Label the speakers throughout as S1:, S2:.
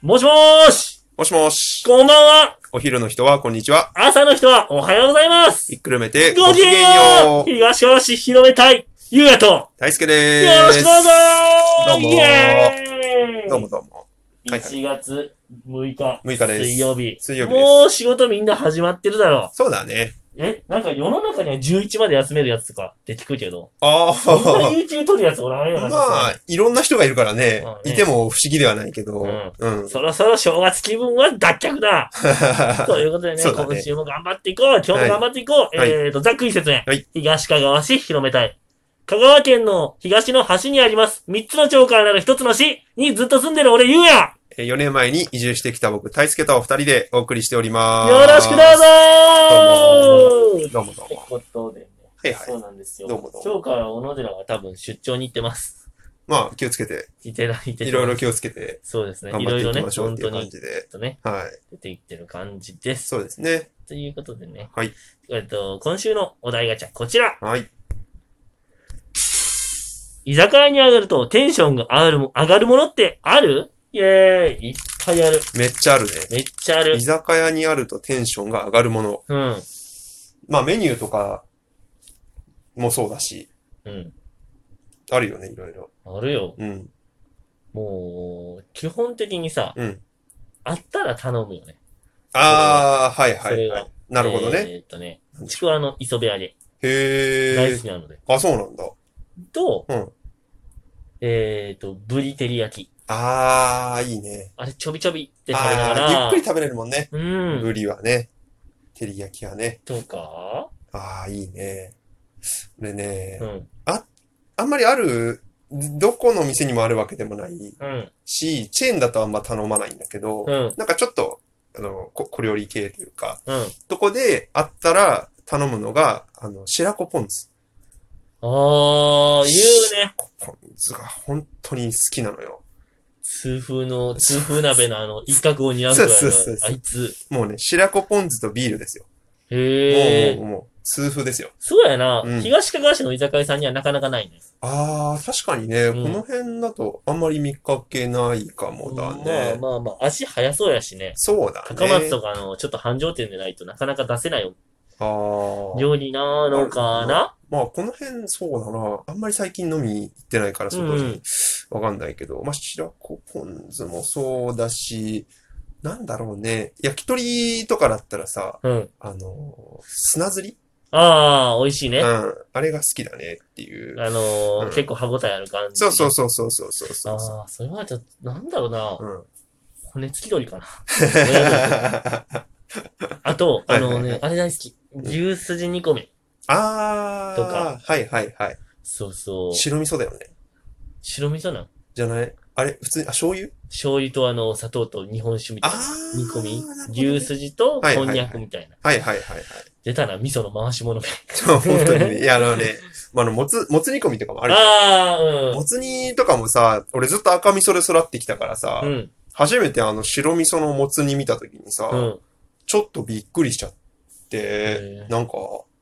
S1: もしもーし
S2: もしもし。
S1: こんばんは
S2: お昼の人は、こんにちは。
S1: 朝の人はおはようございます
S2: ひっくるめて、
S1: ご
S2: ご
S1: き
S2: き
S1: げ
S2: げ
S1: ん
S2: ん
S1: よ
S2: よ
S1: う
S2: う。
S1: 東川市広めたいゆうやとよ
S2: 大輔でー
S1: ろし
S2: す。
S1: くどうぞ
S2: どうも
S1: イエーイ
S2: どうもどうも。はいはい
S1: 1月6日。
S2: 6日です
S1: 水曜日。
S2: 水曜日です
S1: もう仕事みんな始まってるだろ
S2: そうだね。
S1: う。え、なんか世の中には11まで休めるやつとかって聞くけど。
S2: あ
S1: そんな
S2: あ。
S1: 有給取るやつおらんよう
S2: ま
S1: な気がする
S2: あ、いろんな人がいるからね
S1: まあ、ね
S2: いても不思議ではないけど、
S1: う
S2: うんん。
S1: そろそろ正月気分は脱却だ ということでね、
S2: そうだね
S1: 今週も頑張っていこう今日も頑張っていこう、
S2: はい
S1: えーと、ざっくり説明。
S2: はい
S1: 東かがわ市広めたい。香川県の東の端にあります、三つの町からなる一つの市にずっと住んでる俺、ゆうや
S2: えー4年前に移住してきた僕、大輔とお二人でお送りしておりま
S1: よ
S2: す。
S1: ろしくどうぞー
S2: どうもどう
S1: って
S2: も。
S1: ことでね、
S2: はいはい
S1: そうなんですよ。
S2: どうもどうも
S1: 今日から小野寺は多分出張に行ってます。
S2: まあ、気をつけて、
S1: いてないてて
S2: いろいろ気をつけて、
S1: そうですね。
S2: 頑
S1: い
S2: 張
S1: ろ
S2: っ
S1: い
S2: て
S1: ろ
S2: いき
S1: ね、
S2: ましょう
S1: 本
S2: ってい
S1: 当
S2: う感
S1: に、
S2: じ
S1: ち
S2: で。
S1: ょっとね、
S2: はい。
S1: 出ていってる感じです。
S2: そうですね。
S1: ということでね。
S2: はい。
S1: えっと、今週のお題ガチャ、こちら。
S2: はい。
S1: 居酒屋に上がるとテンションが上がるも上がるものってあるイェーイ。いっぱいある。
S2: めっちゃあるね。
S1: めっちゃある
S2: 居。酒屋にあるとテンションが上がるもの。
S1: うん。
S2: まあ、メニューとかもそうだし、
S1: うん。
S2: あるよね、いろいろ。
S1: あるよ。
S2: うん。
S1: もう、基本的にさ、
S2: うん。
S1: あったら頼むよね。
S2: ああ、はいは
S1: それ
S2: い、
S1: は
S2: はい。なるほどね。
S1: えーっとね、ちくわの磯辺揚げ。大
S2: へ
S1: 好
S2: え。
S1: きなので。
S2: あ、そうなんだ。
S1: と、
S2: うん
S1: えーっと、ブリ照り焼き。
S2: ああ、いいね。
S1: あれ、ちょびちょびって食べなが
S2: ああー、ゆっ
S1: ら
S2: くり、食べれるもんね。
S1: うん。
S2: ブリはね。照り焼きはね。
S1: とか、
S2: ああ、いいね。俺ね
S1: う、ん。
S2: あんまりある、どこの店にもあるわけでもない
S1: うん。
S2: し、チェーンだとあんま頼まないんだけど、
S1: うん。
S2: なんかちょっと、あの、こ小料理系というか、
S1: うん。
S2: とこであったら頼むのが、あの、白子ポン酢。
S1: ああ、言うね。
S2: ポン酢が本当に好きなのよ。
S1: 痛風の、痛風鍋のあの、一角を担うぐらい
S2: そうそうそう
S1: の、
S2: そう
S1: あいつ。
S2: もうね、白子ポン酢とビールですよ。もう
S1: へえ
S2: も。うもう、痛風ですよ。
S1: そうやな
S2: う。ん
S1: 東かがわ市の居酒屋さんにはなかなかないね。
S2: あー、確かにね、
S1: うん
S2: この辺だとあんまり見かけないかもだね。
S1: まあまあまあ、足早そうやしね。
S2: そうだね。
S1: 高松とかの、ちょっと繁盛店でないとなかなか出せない
S2: あー。
S1: 料理なのかな
S2: まあ、この辺、そうだな。あんまり最近飲み行ってないから、外
S1: うん
S2: に。わかんないけど。まあ、白子ポン酢もそうだし、なんだろうね。焼き鳥とかだったらさ、
S1: うん。
S2: あの、砂ずり
S1: ああ、美味しいね。
S2: う
S1: あ
S2: ん。あれが好きだねっていう。
S1: の
S2: う
S1: ー、
S2: ん
S1: 結構歯応えある感じ。
S2: そうそうそうそうそうそうそうそ
S1: ああ、それはちょっと、なんだろうな
S2: う。。うん。
S1: 骨付き鳥かな。親鳥あと、あの
S2: はいはいは
S1: ね
S2: い、
S1: あれ大好き。牛すじ煮込み。
S2: あー。
S1: とか
S2: はいはいはい。
S1: そうそう。
S2: 白味噌だよね。
S1: 白味噌なん
S2: じゃないあれ、普通に、あ、醤油
S1: 醤油とあの、砂糖と日本酒みたいな。
S2: ー
S1: 煮込み
S2: なるほどね
S1: 牛すじと
S2: はい
S1: こん
S2: はいはい
S1: にゃくみたいな。
S2: はいはいはいはい。
S1: 出たら味噌の回し物みたい
S2: そう、本当にね。い や、あのね、まあ、あの、もつ、もつ煮込みとかもある
S1: な。
S2: よ。
S1: ああ
S2: もつ煮とかもさ、俺ずっと赤味噌で育ってきたからさ、
S1: ー、うん。うん。
S2: 初めてあの白味噌のもつ煮見た時にさ、
S1: うん。
S2: ちょっとびっくりしちゃって
S1: へ、ー
S2: なんか、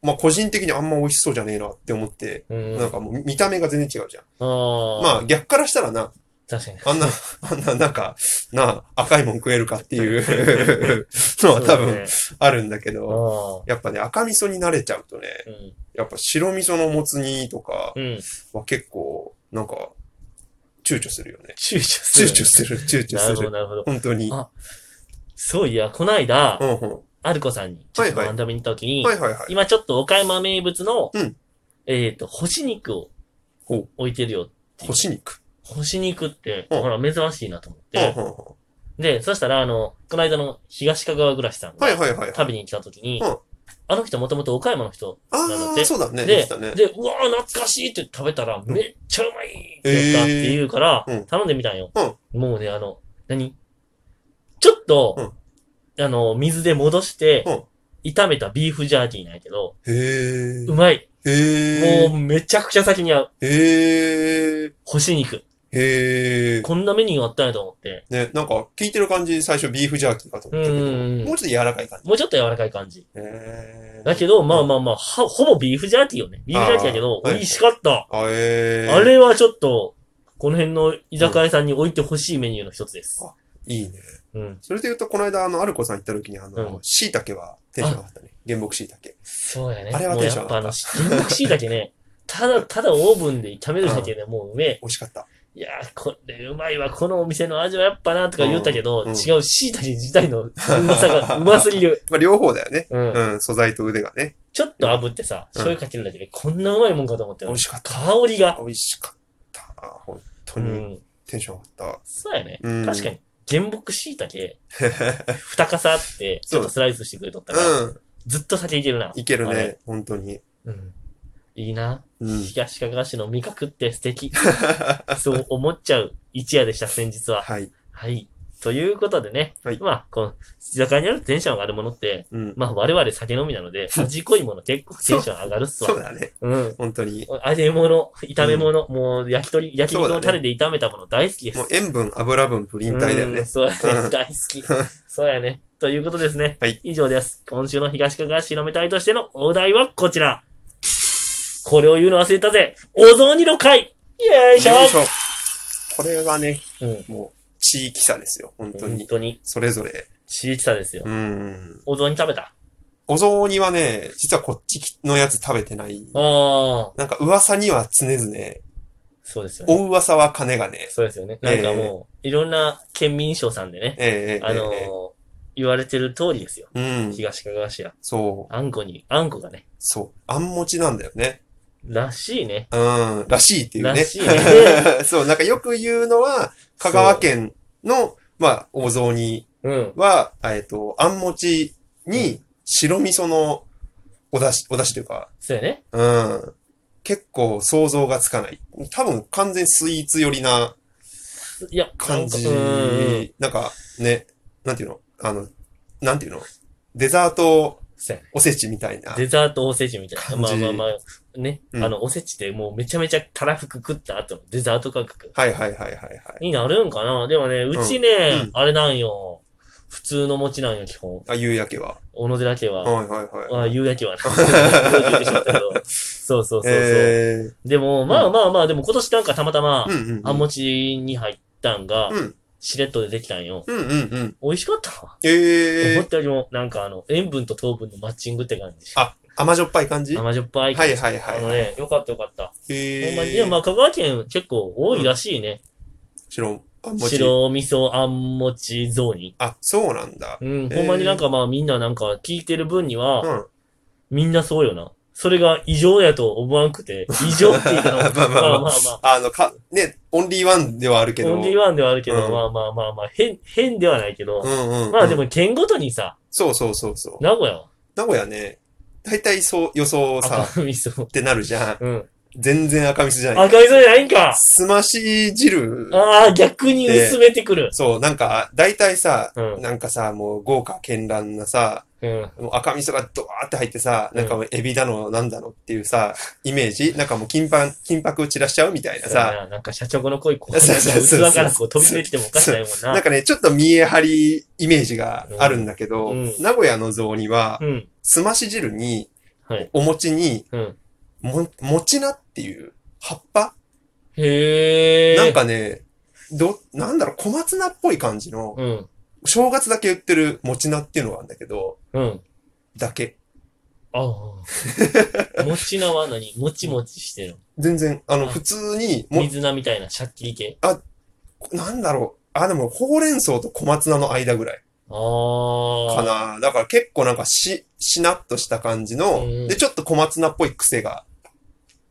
S2: まあ、個人的にあんま美味しそうじゃねえなって思って、
S1: うん。
S2: なんかもう見た目が全然違うじゃん。
S1: あ
S2: ま
S1: あ。
S2: あ逆からしたらな、
S1: 確かに。
S2: あんな、 あんななんか、なあ、赤いもん食えるかっていう のは多
S1: そう
S2: 分
S1: ね
S2: あるんだけ
S1: あ
S2: ど、
S1: あ。
S2: やっぱね、赤味噌に慣れちゃうとね、
S1: うん。
S2: やっぱ白味噌のもつ煮とか
S1: うん。
S2: は結構、なんか、躊躇するよね。
S1: 躊躇す
S2: 躊
S1: る。
S2: 躇する、躊躇
S1: なる
S2: す
S1: ほど、
S2: る。
S1: なるほど。
S2: 本当に。
S1: あそういや、この間
S2: う、んうん。
S1: アルコさんに、ちょっと
S2: はいは
S1: 漫
S2: い
S1: 画見に行った時に、
S2: はいはいはい。
S1: 今ちょっと岡山名物の、
S2: うん
S1: えっ、と、干し肉を
S2: ほう
S1: 置いてるよっていう。
S2: 干し肉。
S1: 干し肉って、
S2: うん
S1: ほら、珍しいなと思っ
S2: うんうん
S1: て。
S2: うん。
S1: で、そしたら、あの、この間の東かがわ暮らしさん
S2: はい
S1: が
S2: はいはい。
S1: 食べに来た時に、
S2: うん
S1: あの人もともと岡山の人なんだ
S2: あ
S1: っ
S2: あ、
S1: て。
S2: そうだね。で
S1: で
S2: きたね。
S1: で、うわー懐かしいって食べたら、
S2: うん
S1: めっちゃうまいって言ったって言うから、
S2: えーうん
S1: 頼んでみたんよ、もうね、あの、何ちょっと、あの、水で戻して、
S2: うん
S1: 炒めたビーフジャーキーなんやけど、
S2: へえ
S1: う。まい。
S2: へえ。
S1: もうめちゃくちゃ先に合う。
S2: へえ。
S1: 干し肉。
S2: へえ。
S1: こんなメニューあったんやと思って。
S2: ね、なんか、聞いてる感じ、最初ビーフジャーキーかと思ったけど、
S1: うんうんうん
S2: もうちょっと柔らかい感じ。
S1: もうちょっと柔らかい感じ。
S2: へー
S1: だけど、まあまあまあ、はほぼビーフジャーキーよね。ビーフジャーキーやけど、
S2: あーはい
S1: 美味しかった。
S2: あえー
S1: あれはちょっと、この辺の居酒屋さんに置いてほしいメニューの一つです。
S2: いいね。
S1: うん。
S2: それで言うと、この間、あの、アルコさん行った時に、あ
S1: うん
S2: の、椎茸はテンション上がったね。原木椎茸。
S1: そうやね。
S2: あれは
S1: もう
S2: テンショ
S1: や
S2: ン
S1: っぱあ
S2: 上がった
S1: の、原木椎茸 ね、ただ、ただオーブンで炒めるだけでもううめえ。
S2: 美味しかった。
S1: いやー、これうまいわ、このお店の味はやっぱな、とか言ったけど、
S2: うんうん
S1: 違う、椎茸自体のうまさ がうますぎる。
S2: まあ、両方だよね。
S1: うん。
S2: うん、素材と腕がね。
S1: ちょっと炙ってさ、
S2: うん
S1: 醤油かけるだけでこんなうまいもんかと思って
S2: 美味しかった。
S1: 香りが。
S2: 美味しかった。本当
S1: う
S2: に
S1: ん。
S2: テンション上がっ
S1: そうやね。
S2: うん
S1: 確かに。原木椎 茸、
S2: た。
S1: 二かさあって、ちょっとスライスしてくれとったから、
S2: うん、
S1: ずっと酒いけるな。
S2: いける
S1: あ
S2: ね
S1: れ。
S2: 本当に。
S1: うん。いいな。
S2: うん。
S1: 東かがわ市の味覚って素 敵。そう思っちゃう一夜でした、先日は。
S2: はい。
S1: はい。ということでね。
S2: はい
S1: まあ、この、居酒屋にあるテンション上がるものって、
S2: うん。
S1: まあ、我々酒飲みなので、味濃いもの結構テンション上がるっす
S2: そう
S1: わ。
S2: だね。
S1: うん。
S2: 本当に。
S1: 揚げ物、炒め物、もう焼き鳥、焼き肉の
S2: そう
S1: タ
S2: だ
S1: レ
S2: ね
S1: で炒めたもの大好きです。
S2: もう塩分、油分、プリン体だよ
S1: うん
S2: ね。
S1: そう や
S2: う
S1: ね。
S2: ん
S1: 大好き。そうやね。ということですね。
S2: はい
S1: 以上です。今週の東かがわ市のメタイとしてのお題はこちら。これを言うの忘れたぜ。お雑煮の会よいしょ
S2: よいしょこれはね、
S1: うん。
S2: もう、地域差ですよ。本当
S1: 本
S2: に。
S1: 当に、
S2: それぞれ。
S1: 地域差ですよ。
S2: うん。
S1: お雑煮食べた
S2: お雑煮はね、実はこっちのやつ食べてない。
S1: ああ、
S2: なんか噂には常々、
S1: そうですよね。
S2: お噂は金がね。
S1: そうですよね。なんかもう、いろんな県民賞さんでね、
S2: ええ
S1: あのー言われてる通りですよ。
S2: ええうん。
S1: 東かがわ市は。
S2: そう、
S1: あんこに、あんこがね、
S2: そう。あんもちなんだよね。
S1: らしいね。
S2: うん。らしいっていうね。
S1: らしいね
S2: そう、なんかよく言うのは、香川県の、まあ、お雑煮
S1: うん。
S2: は、えっと、あんもちに白味噌のお出し、お出しというか、
S1: そうやね。
S2: うん。結構想像がつかない。多分完全スイーツ寄りない
S1: や、
S2: 感じ
S1: なんかうん。。
S2: なんかね、なんていうのあの、なんていうのデザート
S1: そうやね。
S2: おせちみたいな。
S1: デザートおせちみたいな。
S2: 感
S1: まあ
S2: じ
S1: まあまあ、ね。
S2: うん
S1: あの、おせちってもうめちゃめちゃたらふく食った後のデザート価格
S2: はいはいはいはいはい。
S1: になるんかな。でもね、うちね、
S2: うん
S1: あれなんよ。普通の餅なんよ、基本。
S2: あ、夕焼けは。
S1: 小野寺家は。
S2: はいはい
S1: あ
S2: はい。
S1: あ、夕焼 けは な。言ってしまったけどそうそうそうそう。
S2: えー
S1: でも、まあまあまあ、でも今年なんかたまたま
S2: う、んうんうん。
S1: あんもちに入ったんが
S2: う、ん。
S1: しれっとでできたんよ。
S2: うんうんうん。
S1: 美味しかったわ。
S2: え
S1: 思
S2: え
S1: っ。たよりも、なんかあの、塩分と糖分のマッチングって感じ。
S2: あ甘じょっぱい感じはい
S1: 甘じょっぱい。
S2: はいはいは
S1: あ
S2: い。
S1: のね、よかったよかった。ほんまに、い
S2: え
S1: や、ま
S2: ー
S1: あ、香川県結構多いらしいね。
S2: 白、あんもち。
S1: 白味噌あんもち雑煮。
S2: あ、そうなんだ。
S1: うん、
S2: ー
S1: ほんまになんかまあみんななんか聞いてる分に
S2: う
S1: は、
S2: ん。
S1: みんなそうよな。それが異常やと思わんくて、異常っていうの
S2: まあまあまあ
S1: まあ
S2: あの、か、ね、オンリーワンではあるけど。
S1: オンリーワンではあるけど、
S2: うん
S1: まあまあまあまあ、変、変ではないけど、
S2: うんうん。
S1: まあで。も県ごとにさ、
S2: そうそうそうそう。
S1: 名古屋は
S2: 名古屋ね、大体そう、予想さ、っ
S1: 赤味噌。
S2: てなるじゃん。
S1: うん。
S2: 全然赤味噌じゃな
S1: 赤
S2: い。
S1: 味噌じゃないんか
S2: すまし汁。
S1: ああ、逆に薄めてくる。
S2: そう、なんか、大体さ、
S1: うん
S2: なんかさ、もう豪華絢爛なさ、
S1: うん。
S2: もう赤味噌がドワーって入ってさ、
S1: うん
S2: なんかもうエビだの、なんだのっていうさ、イメージなんかもう金箔、金箔散らしちゃうみたいな
S1: そうや
S2: さ、
S1: ななんか社長の濃いこう、
S2: そうそうそう
S1: 器からこう飛び出てきてもおかしくないもん
S2: なん
S1: な。
S2: かね、ちょっと見え張りイメージがあるんだけど、
S1: うん
S2: 名古屋の雑煮は、
S1: うん。
S2: すまし汁に、
S1: はい
S2: お餅に、
S1: うん。
S2: も、もちなっていう葉っぱ、
S1: へえ。
S2: なん、かね、ど、なんだろう、小松菜っぽい感じの、
S1: うん。
S2: 正月だけ売ってるもち菜っていうのがあるんだけど、
S1: うん。
S2: だけ。
S1: ああ。 もちなは何もちもちしてる。
S2: 全然、あ
S1: あ
S2: の、普通に、も、
S1: 水菜みたいなシャッキリ系。
S2: なんだろう、あ、でも、ほうれん草と小松菜の間ぐらい
S1: あ
S2: か
S1: あ。
S2: な。だから結構なんかし、しなっとした感じの、
S1: うん
S2: で、ちょっと小松菜っぽい癖が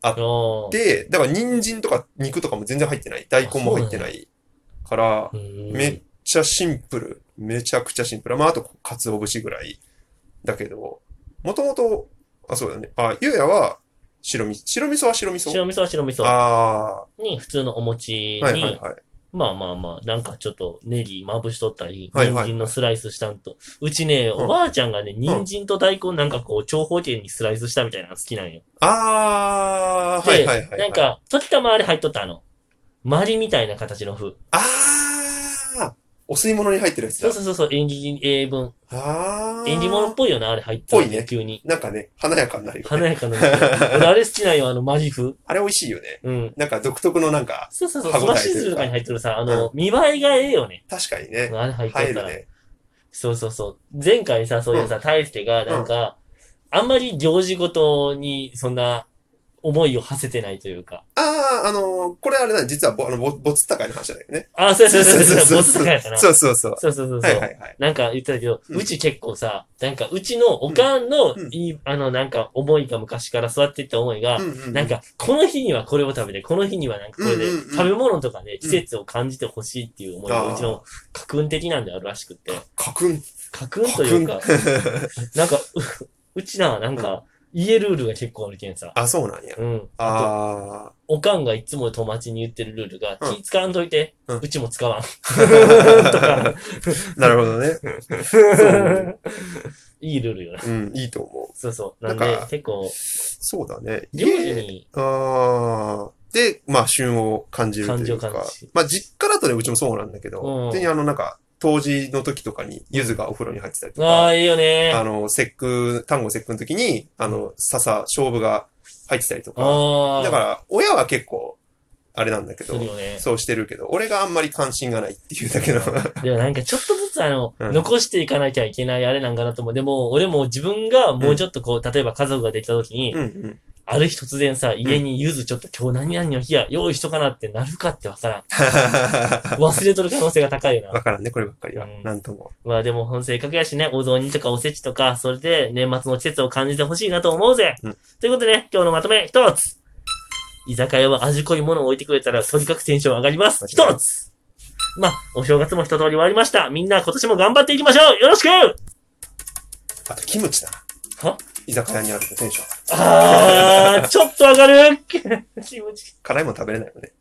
S1: あー
S2: で、だから人参とか肉とかも全然入ってない。大根も入ってないから
S1: う、ん。
S2: めっちゃシンプル。めちゃくちゃシンプル。まあ、あと、鰹節ぐらいだけど、もともと、あ、そうだね。あ、ゆうやは、白味、白味噌は白味噌
S1: 白味噌は白味噌
S2: あ
S1: に普通のお餅
S2: あ、はいはい
S1: に、
S2: はい。
S1: まあまあまあ、なんかちょっとネギまぶしとったり、
S2: はいは
S1: 人
S2: い
S1: 参のスライスしたんと。うちね、
S2: うん
S1: おばあちゃんがね、人参と大根なんかこう、長方形にスライスしたみたいなのが好きなんよ。
S2: ああ、はい
S1: で
S2: はいはいはい。
S1: なん、か、溶き卵あれ入っとったあの。マリみたいな形の風。
S2: ああ、お吸い物に入ってるやつ
S1: そ
S2: だ
S1: う。そうそうそう、縁起、英文。
S2: あー。
S1: 縁起物っぽいよな、あれ入って
S2: ぽいね
S1: 急に。
S2: なんかね、華やかになるよ
S1: 華
S2: ね。
S1: やかな。俺あれ好きなんよ、あの、マジフ。
S2: あれ美味しいよね。
S1: うん。
S2: なんか独特のなんか、
S1: そうそうそう、
S2: 歯
S1: す
S2: 応
S1: ば
S2: えというか
S1: しずとかに入ってるさ、あの、見栄えがええよね。
S2: 確かにね、
S1: あれ入って
S2: 入
S1: るか
S2: る
S1: ら。
S2: ね。
S1: そうそうそう。前回さ、そういうさ、大輔が、なんか、あんまり行事ごとに、そんな、思いを馳せてないというか。
S2: あー、あのーこれあれだ、実はぼ、あの、ぼ、ぼつ高いの話だよね。
S1: あ、そうそうそうそう、ボス
S2: そう
S1: 高やったな。そ
S2: そううそうそう。
S1: そうそう
S2: は
S1: そ
S2: いうは。いはい。
S1: なんか言ってたけど、
S2: うん
S1: うち結構さ、なんかうちのおかんの
S2: うんうん
S1: いい、あのなんか思いが昔から育っていった思いが、
S2: うんうんうん
S1: なんかこの日にはこれを食べて、この日にはなんかこれで、
S2: うんうんうん
S1: 食べ物とかで季節を感じてほしいっていう思いが、
S2: うん
S1: うちの家訓的なんであるらしくて、
S2: カクン。
S1: 家訓というか、 なんかう、うちな、なんか、家ルールが結構あるけんさ。
S2: あ、そうなんや。
S1: うん。あと、
S2: あ
S1: おかんがいつも友達に言ってるルールが、
S2: うん
S1: 気使わんといて、
S2: うん
S1: うちも使 わん。とか、
S2: ー、なるほどね。
S1: いいルールよな。
S2: うん、いいと思う。
S1: そうそう。なん
S2: なん
S1: で
S2: か、
S1: 結構、
S2: そうだね。
S1: 料理に、
S2: ああ。で、まあ、旬を感じるという
S1: 感
S2: か。
S1: じを感じ
S2: まあ、実家だとね、うちもそうなんだけど、
S1: うん
S2: 普通にあの、なんか、当時の時とかに、柚子がお風呂に入ってたりと
S1: あ
S2: か、
S1: あ、いいよね。
S2: あ
S1: あ
S2: の、節句、単語節句の時に、あの、笹、勝負が入ってたりとか。
S1: あー。
S2: だから、親は結構、あれなんだけ
S1: す
S2: ど
S1: る、よね。
S2: そうしてるけど、俺があんまり関心がないっていうだけの。
S1: でもなんかちょっとずつあの、
S2: うん
S1: 残していかなきゃいけないあれなんかなと思う。でも、俺も自分がもうちょっとこう、例えば家族ができた時に、
S2: うんうん。
S1: ある日突然さ、家にゆずちょっと今日何々の日や、用意しとかなってなるかってわからん。忘れとる可能性が高いよな
S2: わ。からんね、こればっかりは
S1: うん。
S2: なんとも。
S1: まあでも、ほん性格やしね、お雑煮とかおせちとか、それで年末の季節を感じてほしいなと思うぜ、
S2: うん
S1: ということで、ね、今日のまとめ、一つ居酒屋は味濃いものを置いてくれたら、とにかくテンション上がります。
S2: 間
S1: 一
S2: 違いない
S1: つまあ、お正月も一通り終わりました。みんな今年も頑張っていきましょうよろしく
S2: あと、キムチだな
S1: は。
S2: 居酒屋にあるとテンション上がる。
S1: あー、ちょっと上がるキムチ
S2: 辛いもん食べれないよね。